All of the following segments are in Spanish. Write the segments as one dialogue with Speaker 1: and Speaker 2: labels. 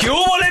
Speaker 1: ¿Qué hubo, le,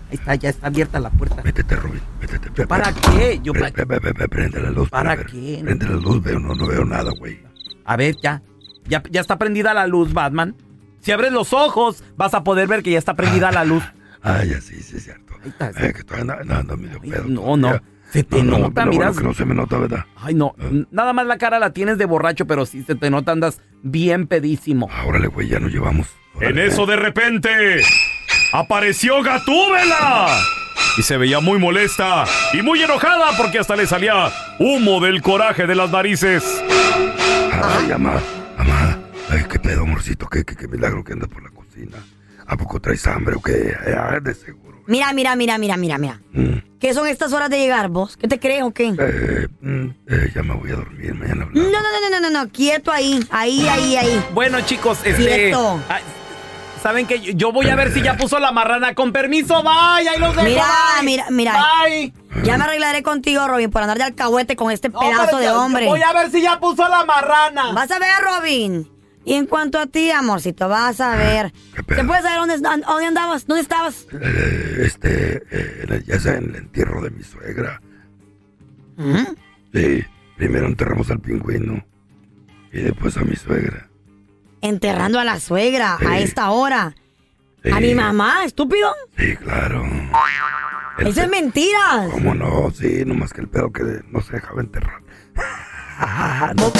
Speaker 2: Ahí está, ya está abierta la puerta.
Speaker 3: Métete, Robin, métete. ve,
Speaker 2: ¿Para
Speaker 3: ve,
Speaker 2: qué? Yo
Speaker 3: ve,
Speaker 2: para-
Speaker 3: ve, ve, ve, prende la luz.
Speaker 1: ¿Para
Speaker 3: ver.
Speaker 1: qué?
Speaker 3: Prende la luz, veo, no, no veo nada, güey.
Speaker 1: A ver, ya. ya. Ya está prendida la luz, Batman. Si abres los ojos, vas a poder ver que ya está prendida la luz.
Speaker 3: Ah, ya sí, sí, es cierto. Eh, que todavía anda, anda medio pedo.
Speaker 1: No, no. Se te
Speaker 3: No, no,
Speaker 1: nota,
Speaker 3: no, bueno,
Speaker 1: miras.
Speaker 3: que no se me nota, ¿verdad?
Speaker 1: Ay, no.
Speaker 3: Ah.
Speaker 1: n- Nada más la cara la tienes de borracho, pero sí se te nota, andas bien pedísimo.
Speaker 3: Órale, güey, ya nos llevamos.
Speaker 1: En eso de repente apareció Gatúbela y se veía muy molesta y muy enojada porque hasta le salía humo del coraje de las narices.
Speaker 3: Ay, amá, amá. Ay, qué pedo, amorcito. Qué, qué, qué milagro que andas por la cocina. ¿A poco traes hambre o qué? Ay, ay, de seguro.
Speaker 2: Mira, mira, mira, mira, mira, mira.
Speaker 1: Mm.
Speaker 2: ¿Qué son estas horas de llegar, vos? ¿Qué te crees o qué?
Speaker 3: Eh, mm, eh, ya me voy a dormir. Mañana hablamos.
Speaker 2: No, no, no, no, no, no, no, quieto ahí, ahí, ahí, ahí.
Speaker 1: Bueno, chicos, este.
Speaker 2: Quieto.
Speaker 1: ah, ¿Saben que Yo voy a ver si ya puso la marrana. Con permiso, bye. Ahí los dejo.
Speaker 2: Mira,
Speaker 1: bye.
Speaker 2: mira, mira.
Speaker 1: Bye.
Speaker 2: Ya me arreglaré contigo, Robin, por andar de alcahuete con este
Speaker 1: No,
Speaker 2: pedazo
Speaker 1: hombre,
Speaker 2: de
Speaker 1: yo- yo
Speaker 2: hombre.
Speaker 1: Voy a ver si ya puso la marrana.
Speaker 2: Vas a ver, Robin. Y en cuanto a ti, amorcito, vas a ver. ¿Te puedes saber dónde, an- dónde andabas? ¿Dónde estabas?
Speaker 3: Eh, este, eh, en el- ya sea en el entierro de mi suegra.
Speaker 1: ¿Mm?
Speaker 3: Sí, primero enterramos al pingüino y después a mi suegra.
Speaker 2: Enterrando a la
Speaker 3: Eh,
Speaker 2: suegra a esta hora. A mi mamá, estúpido.
Speaker 3: Sí, claro.
Speaker 2: Eso es mentira.
Speaker 3: ¿Cómo no? Sí, nomás que el pedo que no se dejaba enterrar. No.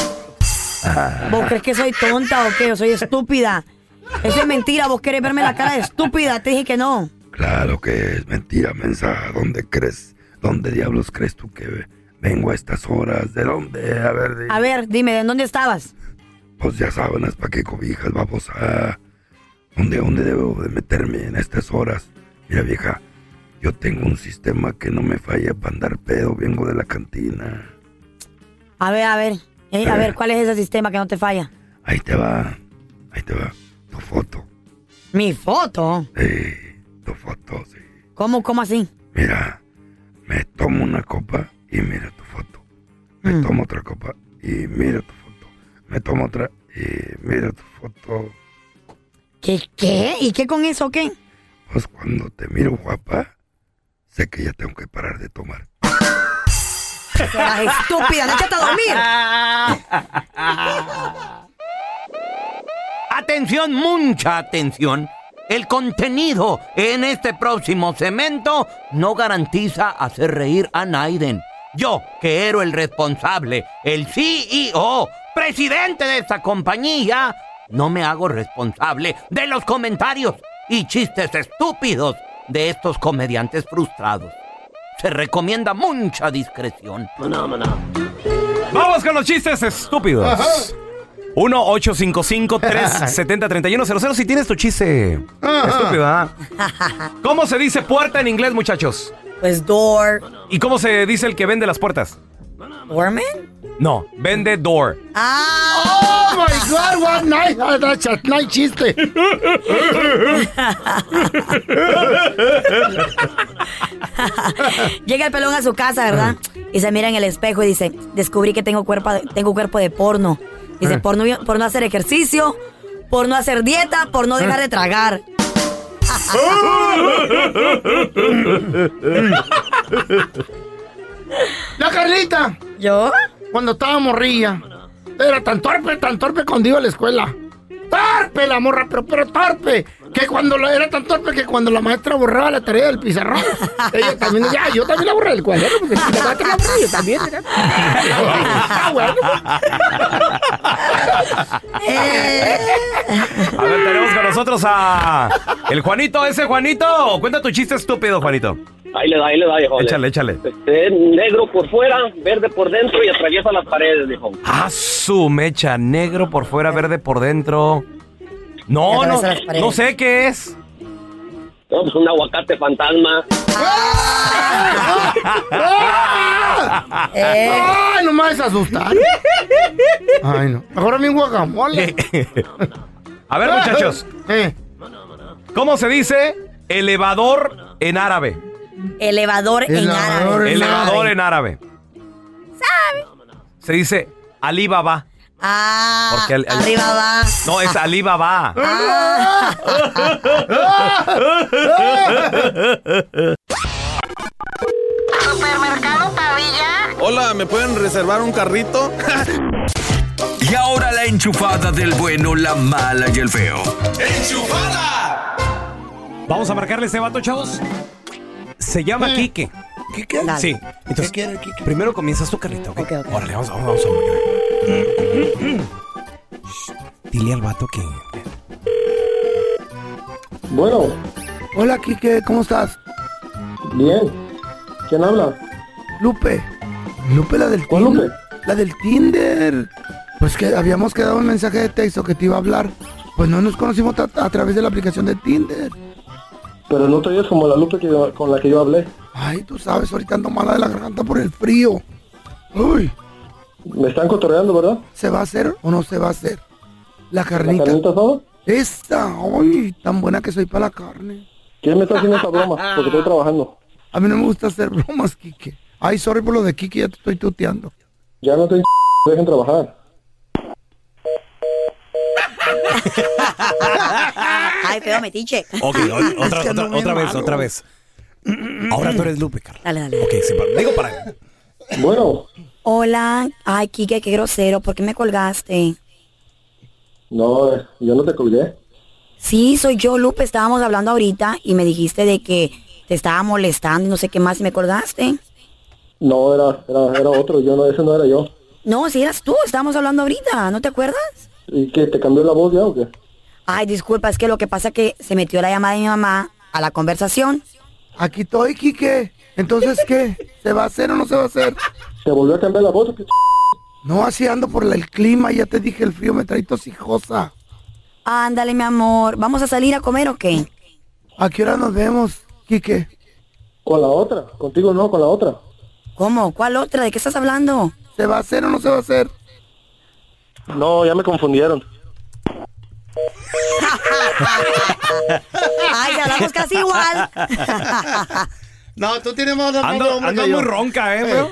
Speaker 2: ¿Vos crees que soy tonta o qué? ¿O soy estúpida? Eso es mentira. ¿Vos querés verme la cara de estúpida? Te dije que no.
Speaker 3: Claro que es mentira, mensa. ¿Dónde crees? ¿Dónde diablos crees tú que vengo a estas horas? ¿De dónde? A ver, di-
Speaker 2: A ver, dime, ¿en dónde estabas?
Speaker 3: pues ya sábanas, ¿para qué cobijas, babosa? ¿Dónde, ¿Dónde debo de meterme en estas horas? Mira, vieja, yo tengo un sistema que no me falla para andar pedo. Vengo de la cantina.
Speaker 2: A ver, a ver. eh, a ver, ¿cuál es ese sistema que no te falla?
Speaker 3: Ahí te va, ahí te va. Tu foto,
Speaker 2: Mi foto.
Speaker 3: eh, tu foto, sí.
Speaker 2: ¿Cómo, cómo así?
Speaker 3: Mira, me tomo una copa y mira tu foto. Me
Speaker 2: Mm.
Speaker 3: tomo otra copa y mira tu foto. Me tomo otra y mira tu foto.
Speaker 2: ¿Qué, qué? ¿Y qué con eso, qué?
Speaker 3: Pues cuando te miro guapa, sé que ya tengo que parar de tomar.
Speaker 2: Serás estúpida, no echaste a dormir.
Speaker 4: Atención, mucha atención. El contenido en este próximo cemento no garantiza hacer reír a Naiden. Yo, que era el responsable, el CEO, presidente de esta compañía, no me hago responsable de los comentarios y chistes estúpidos de estos comediantes frustrados. Se recomienda mucha discreción.
Speaker 1: Vamos con los chistes estúpidos. 1-855-370-3100 si tienes tu chiste estúpido, ¿ah? ¿Cómo se dice puerta en inglés, muchachos?
Speaker 2: Pues door.
Speaker 1: ¿Y cómo se dice el que vende las puertas?
Speaker 2: ¿Dormen?
Speaker 1: No, vende door.
Speaker 2: Ah.
Speaker 5: Oh my God, what night, ah, that's a night chiste.
Speaker 2: Llega el pelón a su casa, ¿verdad? Y se mira en el espejo y dice, descubrí que tengo cuerpo de, tengo cuerpo de porno. Dice, por no, por no hacer ejercicio, por no hacer dieta, por no dejar de tragar.
Speaker 5: La Carlita,
Speaker 2: ¿Yo?
Speaker 5: cuando estaba morrilla, era tan torpe, tan torpe cuando iba a la escuela. Torpe la morra, pero, pero torpe. Que cuando la- era tan torpe que cuando la maestra borraba la tarea del pizarrón, ella también, ya, yo también la borré del cuaderno, porque si la maestra la borra, yo también. ¿verdad? Ah, bueno.
Speaker 2: Eh,
Speaker 1: A ver, tenemos con nosotros a. El Juanito, ese Juanito. Cuenta tu chiste estúpido, Juanito.
Speaker 6: Ahí le da, ahí le da, viejo.
Speaker 1: Échale, échale.
Speaker 6: Este, es negro por fuera, verde por dentro y atraviesa las paredes, viejo.
Speaker 1: Ah, su mecha, negro por fuera, verde por dentro. No,
Speaker 2: Ya
Speaker 1: no,
Speaker 2: atravesó las paredes.
Speaker 1: no sé qué es.
Speaker 6: No, pues un aguacate fantasma.
Speaker 2: Eh,
Speaker 5: Ay, nomás es asustar. Ay, no. Mejor a mí un guacamole.
Speaker 1: Eh, A ver, muchachos,
Speaker 5: Eh,
Speaker 1: ¿cómo se dice elevador en árabe?
Speaker 2: elevador en
Speaker 5: Elevador
Speaker 2: árabe.
Speaker 5: en
Speaker 1: Elevador en árabe. Se dice Alibaba.
Speaker 2: Ah,
Speaker 1: Porque el- el-
Speaker 2: arriba va. Ah.
Speaker 1: No, es Alibaba.
Speaker 4: Hola, ¿me pueden reservar un carrito?
Speaker 7: Y ahora la enchufada del bueno, la mala y el feo.
Speaker 1: Vamos a marcarle este vato, chavos. Se llama Quique.
Speaker 3: ¿Quique?
Speaker 2: Dale.
Speaker 1: Sí. Entonces,
Speaker 3: quiere Quique?
Speaker 1: primero comienzas tu carrito, ¿ok?
Speaker 2: Ok, ok.
Speaker 1: Órale, vamos, vamos, vamos. vamos. Shh, Dile al vato que...
Speaker 6: Bueno,
Speaker 3: Hola, Quique, ¿cómo estás?
Speaker 6: bien. ¿Quién habla?
Speaker 3: Lupe. Lupe, la del
Speaker 6: ¿Cuál
Speaker 3: Tinder.
Speaker 6: Lupe?
Speaker 3: La del Tinder. Pues que habíamos quedado un mensaje de texto que te iba a hablar. Pues no nos conocimos a, a través de la aplicación de Tinder.
Speaker 6: Pero no te oyes como la Lupe que yo- con la que yo hablé.
Speaker 3: Ay, tú sabes, ahorita ando mala de la garganta por el frío. Uy,
Speaker 6: Me están cotorreando, ¿verdad?
Speaker 3: ¿se va a hacer o no se va a hacer? La
Speaker 6: ¿La
Speaker 3: carnita.
Speaker 6: carnita asada?
Speaker 3: Esta, ay, tan buena que soy para la carne.
Speaker 6: ¿Quién me está haciendo esta broma? Porque estoy trabajando.
Speaker 3: A mí no me gusta hacer bromas, Quique. Ay, sorry por lo de Quique, ya te estoy tuteando.
Speaker 6: Ya no te dejen trabajar.
Speaker 2: Ay, feo metiche.
Speaker 1: Ok, o- otra, otra, otra vez, otra vez. Ahora tú eres Lupe, Carla.
Speaker 2: Dale, dale.
Speaker 1: Ok, sí, pa- digo para...
Speaker 6: Bueno,
Speaker 2: Hola. Ay, Kike, qué grosero. ¿Por qué me colgaste?
Speaker 6: no, eh, yo no te colgué.
Speaker 2: Sí, soy yo, Lupe. Estábamos hablando ahorita y me dijiste de que te estaba molestando y no sé qué más y me acordaste.
Speaker 8: No, era, era, era otro, yo no, ese no era yo.
Speaker 2: No, si eras tú, estábamos hablando ahorita, ¿no te acuerdas?
Speaker 8: ¿Y qué, te cambió la voz ya o qué?
Speaker 2: Ay, disculpa, es que lo que pasa es que se metió la llamada de mi mamá a la conversación.
Speaker 5: Aquí estoy, Quique. Entonces, ¿qué? ¿Se va a hacer o no se va a hacer?
Speaker 8: ¿Te volvió a cambiar la voz o qué?
Speaker 5: No, así ando por la- el clima, ya te dije, el frío me trae tosijosa.
Speaker 2: Ándale, mi amor, ¿vamos a salir a comer o qué?
Speaker 5: ¿A qué hora nos vemos, Quique?
Speaker 8: Con la otra, contigo no, con la otra.
Speaker 2: ¿Cómo? ¿Cuál otra? ¿De qué estás hablando?
Speaker 5: ¿Se va a hacer o no se va a hacer?
Speaker 8: No, ya me confundieron.
Speaker 2: Ay, ya hablamos casi igual.
Speaker 5: no, tú tienes más
Speaker 1: Ando- voz de hombre ando que yo. muy ronca, ¿eh, bro?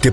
Speaker 9: ¿Te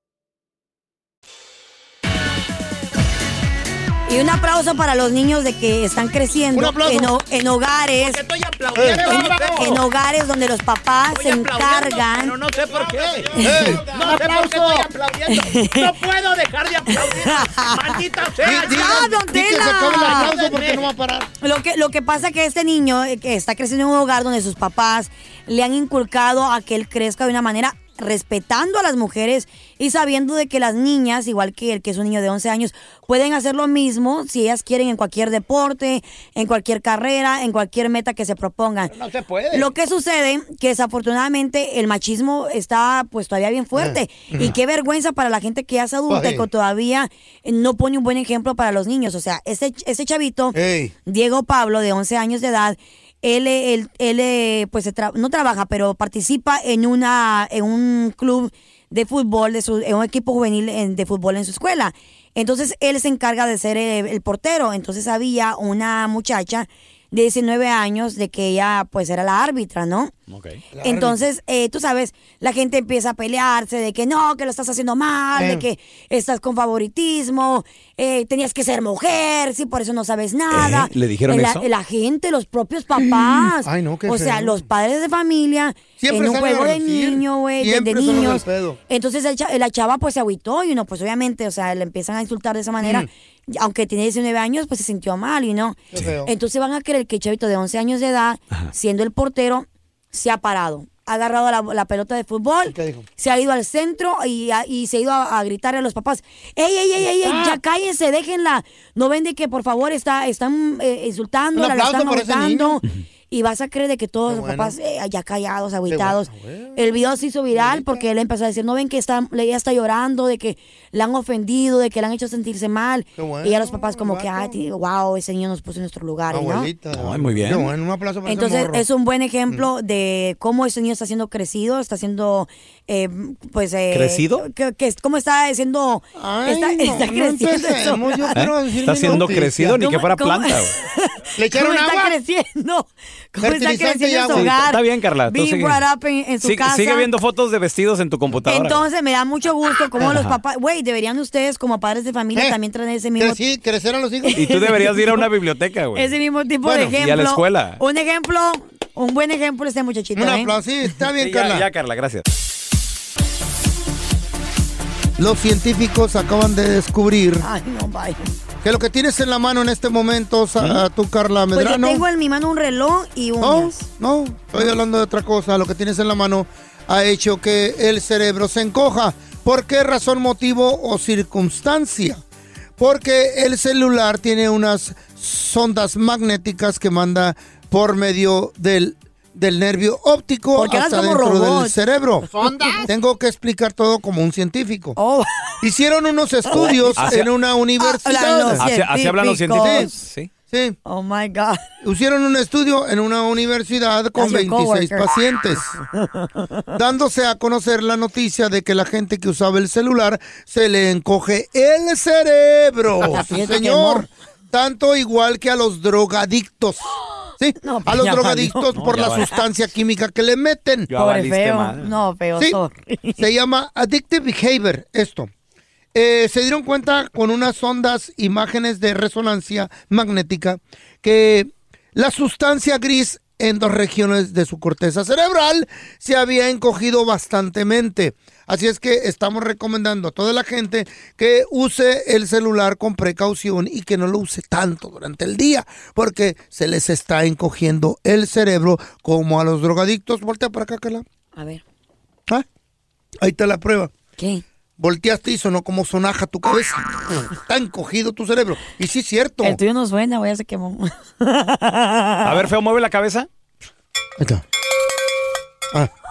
Speaker 2: Y un aplauso para los niños de que están creciendo en, ho- en hogares. en, en hogares donde los papás se encargan.
Speaker 10: No sé por qué.
Speaker 2: Ey,
Speaker 10: No sé por qué estoy aplaudiendo. No puedo dejar de aplaudir. Maldita sea.
Speaker 2: Di- di- Ah, don di que se Tela. acabe el aplauso porque no va
Speaker 10: a parar.
Speaker 2: Lo que, lo que pasa es que este niño eh, que está creciendo en un hogar donde sus papás le han inculcado a que él crezca de una manera respetando a las mujeres y sabiendo de que las niñas, igual que él, que es un niño de 11 años, pueden hacer lo mismo si ellas quieren en cualquier deporte, en cualquier carrera, en cualquier meta que se propongan.
Speaker 10: No se puede.
Speaker 2: Lo que sucede que desafortunadamente el machismo está pues todavía bien fuerte
Speaker 10: Ah.
Speaker 2: y qué vergüenza para la gente que ya es adulta y
Speaker 10: Ay.
Speaker 2: que todavía no pone un buen ejemplo para los niños. O sea, ese, ese chavito, Diego Pablo, de 11 años de edad, él, eh, él, él, eh, pues se tra- no trabaja, pero participa en, una, en un club de fútbol, de su, en un equipo juvenil en- de fútbol en su escuela. Entonces él se encarga de ser eh, el, portero. Entonces había una muchacha de 19 años de que ella pues era la árbitra, ¿no? Entonces, eh, tú sabes, la gente empieza a pelearse de que no, que lo estás haciendo mal, de
Speaker 10: Mm.
Speaker 2: que estás con favoritismo, eh, tenías que ser mujer, sí, por eso no sabes nada.
Speaker 11: ¿Le dijeron
Speaker 2: la,
Speaker 11: eso?
Speaker 2: La gente, los propios papás.
Speaker 11: Ay, no, qué
Speaker 2: O sea,
Speaker 11: feo.
Speaker 2: los padres de familia,
Speaker 5: Siempre
Speaker 2: en un
Speaker 5: salen a
Speaker 2: juego de
Speaker 5: relucir.
Speaker 2: niño, güey, de, de
Speaker 5: Siempre son los
Speaker 2: niños.
Speaker 5: del pedo.
Speaker 2: Entonces el cha- la chava pues se agüitó y uno pues obviamente, o sea, le empiezan a insultar de esa manera. Aunque tiene 19 años, pues se sintió mal y no.
Speaker 10: Qué feo.
Speaker 2: Entonces van a creer que el chavito de 11 años de edad, siendo el portero, se ha parado. Ha agarrado la, la pelota de fútbol, se ha ido al centro y, ha- y se ha ido a, a gritar a los papás, ¡Ey, ey, ey, ey, ey, ya cállense, déjenla! No ven de que, por favor, está, están eh, insultando, la
Speaker 10: aplauso
Speaker 2: están
Speaker 10: para ese
Speaker 2: molestando. Y vas a creer de que todos los papás eh, ya callados, aguitados. El video se hizo viral porque él empezó a decir, no ven que está, ella está llorando, de que la han ofendido, de que la han hecho sentirse mal.
Speaker 5: Qué bueno,
Speaker 2: y a los papás como que, ay, wow, ese niño nos puso en nuestro lugar. ¿no?
Speaker 5: ¿Ah? Abuelita.
Speaker 11: Ay, muy bien.
Speaker 5: Qué bueno, un aplauso para ese
Speaker 2: Entonces
Speaker 5: morro.
Speaker 2: es un buen ejemplo
Speaker 11: Mm.
Speaker 2: de cómo ese niño está siendo crecido, está siendo, eh, pues... eh,
Speaker 11: ¿Crecido?
Speaker 2: Que, que- ¿Cómo está siendo...
Speaker 5: Ay,
Speaker 2: está,
Speaker 5: no,
Speaker 2: está
Speaker 5: no
Speaker 2: creciendo eso. ¿Eh?
Speaker 5: empecemos, yo quiero decir
Speaker 11: Está
Speaker 5: mi
Speaker 11: siendo
Speaker 5: noticia.
Speaker 11: crecido eh, ni que fuera
Speaker 2: cómo-
Speaker 11: planta. güey.
Speaker 5: ¿Le echaron
Speaker 2: ¿Cómo
Speaker 5: agua?
Speaker 2: está creciendo? ¿Cómo está
Speaker 5: Fertilizante
Speaker 2: creciendo
Speaker 5: y
Speaker 2: en su
Speaker 5: agua.
Speaker 2: hogar?
Speaker 11: Está bien, Carla. tú
Speaker 2: Being
Speaker 11: sigue.
Speaker 2: brought up en, en su
Speaker 11: Sigue-
Speaker 2: casa.
Speaker 11: sigue viendo fotos de vestidos en tu computadora.
Speaker 2: Entonces me da mucho gusto cómo los
Speaker 11: Ajá. Eh,
Speaker 2: papás, güey, deberían ustedes como padres de familia también traer ese mismo
Speaker 5: Sí, crecer a los hijos.
Speaker 11: y tú deberías de ir a una biblioteca, güey.
Speaker 2: ese mismo tipo
Speaker 11: Bueno,
Speaker 2: de ejemplo.
Speaker 11: Y a la escuela.
Speaker 2: Un ejemplo, un buen ejemplo este muchachito.
Speaker 11: Un
Speaker 2: ¿eh?
Speaker 11: aplauso,
Speaker 5: sí, está
Speaker 11: Sí, ya, ya, Carla, gracias.
Speaker 5: Los científicos acaban de descubrir
Speaker 2: Ay, no, vaya.
Speaker 5: que lo que tienes en la mano en este momento, sa-
Speaker 11: ¿Mm?
Speaker 5: tú, Carla
Speaker 2: Pues yo
Speaker 5: Medrano.
Speaker 2: tengo en mi mano un reloj y uñas.
Speaker 5: No, estoy hablando de otra cosa. Lo que tienes en la mano ha hecho que el cerebro se encoja. ¿Por qué razón, motivo o circunstancia? Porque el celular tiene unas sondas magnéticas que manda por medio del, del nervio óptico
Speaker 2: Porque hablas
Speaker 5: hasta
Speaker 2: como
Speaker 5: dentro
Speaker 2: robot.
Speaker 5: del cerebro.
Speaker 2: ¿Sondas?
Speaker 5: Tengo que explicar todo como un científico.
Speaker 2: Oh.
Speaker 5: Hicieron unos estudios
Speaker 11: Así-
Speaker 5: en
Speaker 2: Ah,
Speaker 5: una universidad.
Speaker 11: Así, así hablan los científicos. Sí.
Speaker 5: Sí.
Speaker 2: Oh my God.
Speaker 5: Hicieron un estudio en una universidad con
Speaker 2: That's your
Speaker 5: 26
Speaker 2: coworker.
Speaker 5: pacientes, dándose a conocer la noticia de que la gente que usaba el celular se le encoge el cerebro.
Speaker 2: La
Speaker 5: Sí,
Speaker 2: fiesta
Speaker 5: señor. Tanto igual que a los drogadictos. Sí, a los
Speaker 2: ya
Speaker 5: drogadictos
Speaker 2: valió. No,
Speaker 5: por
Speaker 2: ya
Speaker 5: la
Speaker 2: valió.
Speaker 5: sustancia química que le meten.
Speaker 2: Ya Pobre valiste feo. madre. No, feo,
Speaker 5: Sí,
Speaker 2: sorry.
Speaker 5: Se llama addictive behavior esto. Eh, se dieron cuenta con unas ondas, imágenes de resonancia magnética, que la sustancia gris en dos regiones de su corteza cerebral se había encogido bastantemente. Así es que estamos recomendando a toda la gente que use el celular con precaución y que no lo use tanto durante el día, porque se les está encogiendo el cerebro como a los drogadictos. Voltea para acá, Carla.
Speaker 2: A ver.
Speaker 5: ¿Ah? Ahí está la prueba.
Speaker 2: ¿Qué?
Speaker 5: Volteaste y sonó como sonaja tu cabeza. Está encogido tu cerebro. Y sí es cierto.
Speaker 2: El tuyo no suena, güey, ya se quemó.
Speaker 11: A ver, feo, mueve la cabeza.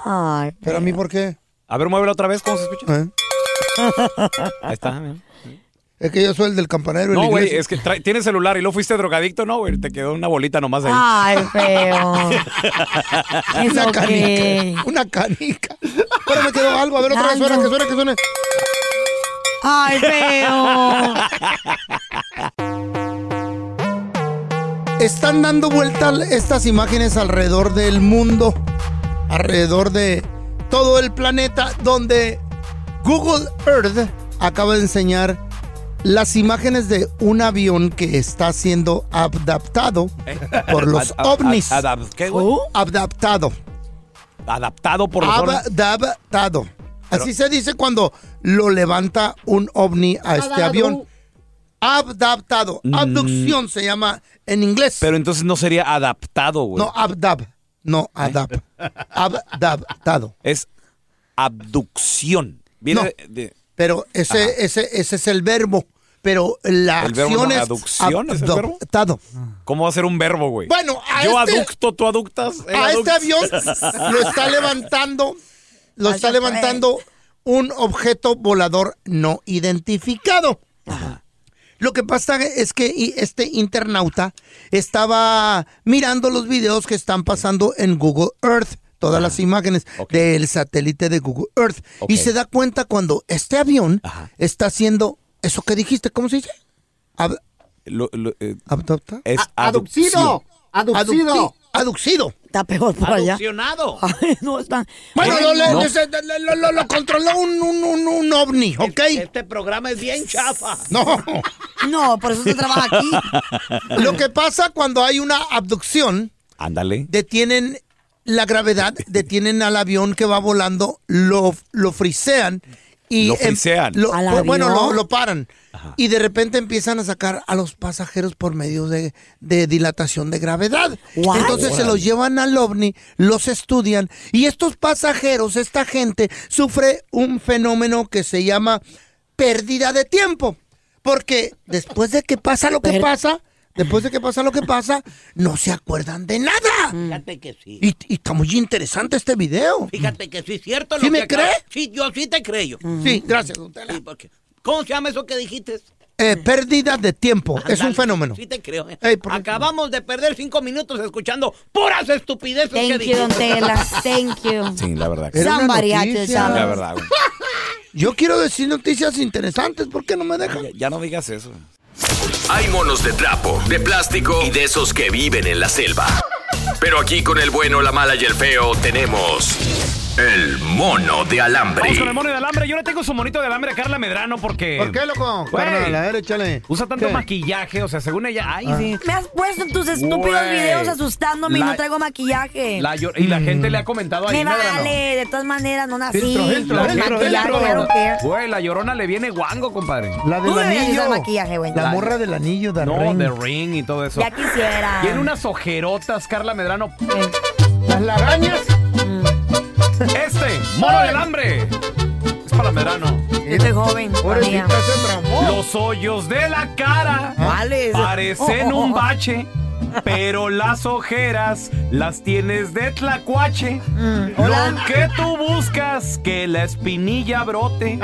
Speaker 2: Ay,
Speaker 5: ¿Pero a mí por qué?
Speaker 11: A ver, muévela otra vez, ¿cómo se escucha?
Speaker 5: ¿Eh?
Speaker 11: Ahí está. mira.
Speaker 5: Es que yo soy el del campanero.
Speaker 11: No,
Speaker 5: el
Speaker 11: güey,
Speaker 5: inglés.
Speaker 11: es que trae- tienes celular y luego fuiste drogadicto, no, güey. Te quedó una bolita nomás ahí.
Speaker 2: Ay, feo. Es
Speaker 5: Una
Speaker 2: ok.
Speaker 5: canica. Una canica. Pero me quedó algo. A ver, otra vez suena, que suene, que suene.
Speaker 2: Ay, feo.
Speaker 5: Están dando vuelta estas imágenes alrededor del mundo, alrededor de todo el planeta, donde Google Earth acaba de enseñar las imágenes de un avión que está siendo adaptado
Speaker 11: ¿Eh?
Speaker 5: por los
Speaker 11: Ad- ad-
Speaker 5: ovnis.
Speaker 11: ad- ad- ¿qué, güey?
Speaker 2: Oh.
Speaker 5: Adaptado.
Speaker 11: Adaptado por
Speaker 5: Ah,
Speaker 11: los ovnis.
Speaker 5: Adaptado. Así se dice cuando lo levanta un ovni a este
Speaker 11: Adaptado.
Speaker 5: avión. Adaptado.
Speaker 11: Mm.
Speaker 5: Abducción se llama en inglés.
Speaker 11: Pero entonces no sería adaptado, güey.
Speaker 5: No, abdab. No,
Speaker 11: ¿Eh?
Speaker 5: adab. Abdabtado.
Speaker 11: Es abducción. Viene
Speaker 5: No,
Speaker 11: de- de-
Speaker 5: Pero
Speaker 11: Ajá.
Speaker 5: ese, ese, ese es el verbo. Pero la
Speaker 11: El verbo no,
Speaker 5: acción es
Speaker 11: aducción es el verbo.
Speaker 5: abdaptado.
Speaker 11: ¿Cómo va a ser un verbo, güey?
Speaker 5: Bueno, a
Speaker 11: Yo
Speaker 5: este-
Speaker 11: aducto, tú aductas.
Speaker 1: Eh,
Speaker 11: él
Speaker 5: A este
Speaker 11: aducta.
Speaker 5: avión lo está levantando,
Speaker 11: Ah,
Speaker 5: lo está levantando un objeto volador no identificado. Lo que pasa es que i- este internauta estaba mirando los videos que están pasando en Google Earth, todas las imágenes del satélite de Google Earth, y
Speaker 11: Ah, Ok.
Speaker 5: se da cuenta cuando este avión está haciendo eso que dijiste, ¿cómo se dice? Ab-
Speaker 11: Lo- lo- eh,
Speaker 5: ¿Adopta?
Speaker 11: es
Speaker 2: aducido. Aducido.
Speaker 5: Aducti- Aducido.
Speaker 2: Está peor por allá.
Speaker 11: Aduccionado.
Speaker 2: Ay, no, está...
Speaker 5: Bueno,
Speaker 2: Ay,
Speaker 5: lo, le-
Speaker 2: no.
Speaker 5: se- le- lo- lo- lo controló un, un- un- un ovni, ¿ok?
Speaker 11: Este programa es bien chafa.
Speaker 5: No.
Speaker 2: No, por eso se trabaja aquí.
Speaker 5: Lo que pasa cuando hay una abducción,
Speaker 11: Ándale.
Speaker 5: detienen la gravedad, detienen al avión que va volando, lo, lo frisean. Y
Speaker 11: Lo
Speaker 5: em-
Speaker 11: frisean.
Speaker 5: lo-
Speaker 11: ¿Al
Speaker 5: pues, bueno,
Speaker 11: avión?
Speaker 5: lo, lo paran. Y de repente empiezan a sacar a los pasajeros por medio de, de dilatación de gravedad.
Speaker 2: Wow.
Speaker 5: Entonces se los llevan al ovni, los estudian. Y estos pasajeros, esta gente, sufre un fenómeno que se llama pérdida de tiempo. Porque después de que pasa lo que pasa, después de que pasa lo que pasa, no se acuerdan de nada.
Speaker 4: Fíjate que sí.
Speaker 5: Y, y está muy interesante este video.
Speaker 4: Fíjate que sí es cierto.
Speaker 5: ¿Sí
Speaker 4: lo
Speaker 5: me
Speaker 4: que acabas-
Speaker 5: cree? Mm.
Speaker 4: Sí, yo sí te creo.
Speaker 5: Sí, gracias, don
Speaker 4: Sí, porque- ¿Cómo se llama eso que dijiste?
Speaker 5: Eh, pérdida de tiempo. es un
Speaker 4: Ándale,
Speaker 5: fenómeno.
Speaker 4: Sí te creo. eh.
Speaker 5: Ey, por-
Speaker 4: Acabamos de perder cinco minutos escuchando puras estupideces que
Speaker 2: Thank you,
Speaker 4: dijiste.
Speaker 2: Don Tela. Thank you.
Speaker 11: Sí, la verdad.
Speaker 5: Era una
Speaker 2: Somebody had to
Speaker 5: noticia.
Speaker 2: tell us.
Speaker 11: La verdad, güey.
Speaker 5: Yo quiero decir noticias interesantes. ¿Por qué no me dejan?
Speaker 11: Ya- ya no digas eso.
Speaker 12: Hay monos de trapo, de plástico y de esos que viven en la selva. Pero aquí con el bueno, la mala y el feo tenemos
Speaker 7: El mono de alambre.
Speaker 1: Vamos con el mono de alambre. Yo le tengo su monito de alambre a Carla Medrano porque.
Speaker 11: ¿Por qué, loco?
Speaker 1: Güey,
Speaker 11: Carnal, a ver, échale.
Speaker 1: Usa tanto
Speaker 11: ¿Qué?
Speaker 1: maquillaje, o sea, según ella. Ay,
Speaker 11: Ah.
Speaker 1: sí.
Speaker 2: Me has puesto en tus estúpidos
Speaker 1: Güey.
Speaker 2: videos asustándome y
Speaker 1: La-
Speaker 2: no traigo maquillaje.
Speaker 1: La llor- y la gente le ha comentado ahí,
Speaker 2: me
Speaker 1: Medrano.
Speaker 2: vale, de todas maneras, no nací.
Speaker 1: La
Speaker 2: con
Speaker 1: gente-
Speaker 2: maquillaje, I don't care.
Speaker 1: Güey, la llorona le viene guango, compadre.
Speaker 11: La
Speaker 2: Tú deberías usar maquillaje, güey.
Speaker 11: La morra del anillo de
Speaker 1: No,
Speaker 11: ring.
Speaker 1: The Ring y todo eso.
Speaker 2: Ya quisiera.
Speaker 1: Tiene unas ojerotas, Carla Medrano.
Speaker 11: ¿Las lagañas?
Speaker 1: Este, mono del hambre. Es para Medrano.
Speaker 2: Estoy joven. todavía.
Speaker 13: Oh.
Speaker 1: Los hoyos de la cara
Speaker 13: Ah.
Speaker 2: ¿Cuáles?
Speaker 1: parecen
Speaker 2: Oh, oh,
Speaker 1: un
Speaker 2: oh.
Speaker 1: bache, pero las ojeras las tienes de tlacuache.
Speaker 13: Mm.
Speaker 1: Lo que tú buscas que la espinilla brote,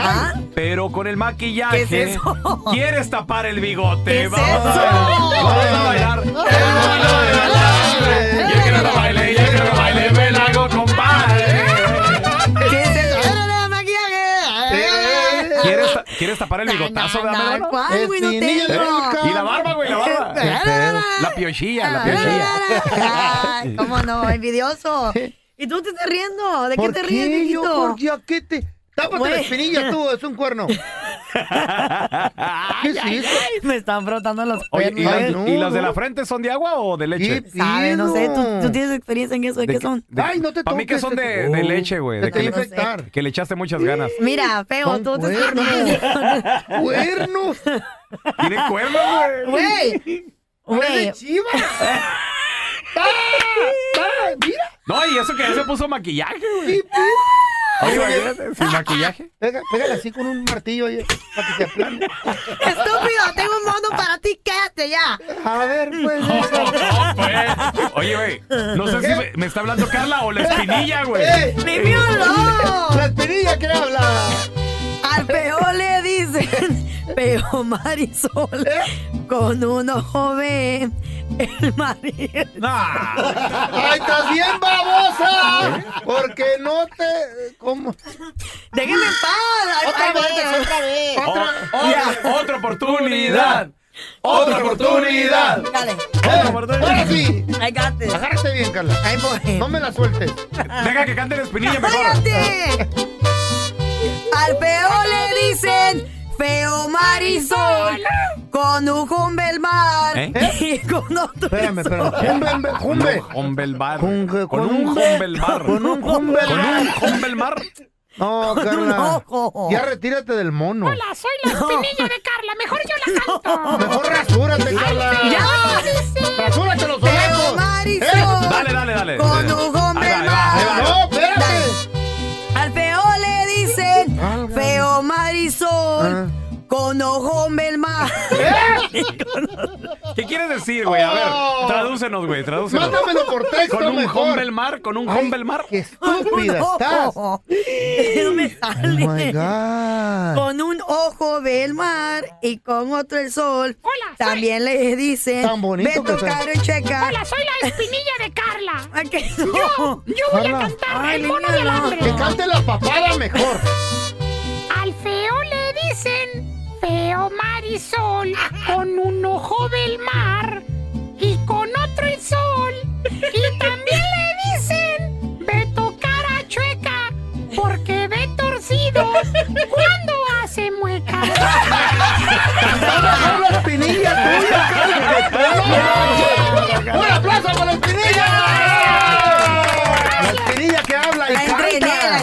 Speaker 1: pero con el maquillaje
Speaker 13: Ah. ¿Qué es eso?
Speaker 1: quieres tapar el bigote. Vamos a
Speaker 13: eso? Oh.
Speaker 1: bailar, vamos a bailar. El mono del alambre. Ya que no baile, ya que no baile, me la hago compadre.
Speaker 13: ¿Qué es eso?
Speaker 11: Eh,
Speaker 1: ¿Quieres, ta- quieres tapar el bigotazo de Medrano?
Speaker 13: ¿Cuál, güey? No te
Speaker 1: ¿Eh?
Speaker 13: digo.
Speaker 1: Y la barba, güey, la Ah. barba. La piochilla, la piochilla.
Speaker 2: Ay, ¿Cómo no? Envidioso. ¿Y tú te estás riendo? ¿De qué
Speaker 11: ¿Por
Speaker 2: te ríes,
Speaker 11: qué? Yo,
Speaker 2: viejito?
Speaker 11: ¿por qué? ¿A qué te...? Tápate la
Speaker 2: Güey.
Speaker 11: espinilla tú, es un cuerno. ¿Qué es eso?
Speaker 2: Me están frotando los
Speaker 1: Oye,
Speaker 2: perros.
Speaker 1: ¿y, las,
Speaker 11: no,
Speaker 1: y las de
Speaker 11: no.
Speaker 1: la frente son de agua o de leche?
Speaker 2: ¿Sabes? No sé, ¿tú, tú tienes experiencia en eso. ¿De, qué
Speaker 1: que-
Speaker 2: son?
Speaker 1: de- Para mí que son de, de leche, güey.
Speaker 11: Te
Speaker 1: de que,
Speaker 11: voy a
Speaker 1: le, que le echaste muchas ganas.
Speaker 2: Mira, feo,
Speaker 11: Son
Speaker 2: tú te estás
Speaker 11: cuernos.
Speaker 2: riendo.
Speaker 11: ¡Cuernos!
Speaker 1: Tiene cuernos, güey.
Speaker 2: Güey.
Speaker 11: ¡Güey!
Speaker 2: Güey.
Speaker 11: de chivas! ¡Ah! ¡Ah! ¡Mira!
Speaker 1: No, y eso que ya se puso maquillaje, güey.
Speaker 11: ¡Sí, sí!
Speaker 1: Oye, imagínate, sin maquillaje.
Speaker 11: Pega, pégale así con un martillo oye, para que se aplane.
Speaker 2: Estúpido, tengo un mono para ti, quédate ya.
Speaker 11: A ver, pues.
Speaker 1: Oye, güey, no sé si me, me está hablando Carla o la espinilla, güey.
Speaker 11: ¡Eh!
Speaker 2: ¡Mi violó!
Speaker 11: ¡La espinilla que habla!
Speaker 2: Al peo le dicen peo Marisol. Con un ojo ve el marido.
Speaker 11: ¡Ay, estás bien
Speaker 10: ¿Eh?
Speaker 11: babosa! Porque no te... eh, ¿Cómo?
Speaker 2: Déjenme en paz. Ay,
Speaker 11: Otra
Speaker 2: ay,
Speaker 11: vez,
Speaker 2: ay,
Speaker 11: otra vez.
Speaker 1: O- otra, otra oportunidad. Otra oportunidad.
Speaker 2: Dale.
Speaker 1: Otra oportunidad.
Speaker 11: Ahora sí,
Speaker 2: I got this.
Speaker 11: agárrate bien, Carla.
Speaker 2: Ay, voy.
Speaker 11: No me la sueltes.
Speaker 1: Deja que cante la espinilla mejor.
Speaker 2: ¡Cállate! Al peo le dicen feo Marisol. Con un jumbelmar.
Speaker 1: ¿Eh?
Speaker 2: Y con otro.
Speaker 11: Espérame, espérame. Jumbe, jumbe, jumbe.
Speaker 1: Hombelbar.
Speaker 11: Jumbe,
Speaker 1: Con un
Speaker 11: jumbe.
Speaker 1: hombelbar.
Speaker 11: Con un jumbe.
Speaker 1: Con un hombelbar.
Speaker 11: No,
Speaker 2: un
Speaker 11: Carla.
Speaker 2: ojo.
Speaker 11: Ya retírate del mono.
Speaker 14: Soy la espinilla de Carla, mejor yo la canto.
Speaker 11: Mejor rasúrate, Carla.
Speaker 2: ¡Ya!
Speaker 11: ¡Rasúrate los
Speaker 2: Feo
Speaker 11: sobacos!
Speaker 2: Marisol.
Speaker 1: Dale, dale, dale.
Speaker 2: Con
Speaker 1: Dale.
Speaker 2: un hombre
Speaker 1: Ahí va, ahí va, ahí va.
Speaker 11: ¡No, espérate!
Speaker 2: Al feo le dicen
Speaker 11: Válgame.
Speaker 2: feo Marisol.
Speaker 11: Ah.
Speaker 2: Con ojo melmar.
Speaker 1: ¿Qué quieres decir, güey? A
Speaker 11: Oh.
Speaker 1: ver, tradúcenos, güey, tradúcenos.
Speaker 11: Mándamelo por texto
Speaker 1: Con un
Speaker 11: mejor.
Speaker 1: hombelmar, con un hombelmar.
Speaker 11: ¡Qué estúpida
Speaker 2: Con un
Speaker 11: estás! ¡Oh,
Speaker 2: ojo. No me
Speaker 11: my
Speaker 2: sale.
Speaker 11: God!
Speaker 2: Con un ojo ve el mar y con otro el sol.
Speaker 14: Hola, soy-
Speaker 2: También le dicen.
Speaker 11: Tan bonito
Speaker 2: Ve
Speaker 11: que está.
Speaker 2: tocar y checa.
Speaker 14: Hola, soy la espinilla de Carla.
Speaker 2: ¿A que no?
Speaker 14: Yo voy
Speaker 11: Carla.
Speaker 14: a cantar
Speaker 2: Ay,
Speaker 14: el mono
Speaker 2: niña,
Speaker 14: de
Speaker 2: no.
Speaker 14: alambre.
Speaker 11: ¡Que cante la papada mejor!
Speaker 14: Al feo le dicen feo Marisol, con un ojo del mar y con otro el sol. Y también le dicen Beto cara chueca, porque ve torcido cuando hace mueca.
Speaker 11: ¡Mejor la espinilla tuya, Carla! ¡Que te lo- ¡Un aplauso para la espinilla! La espinilla que habla y
Speaker 2: La entrené, la
Speaker 11: canta.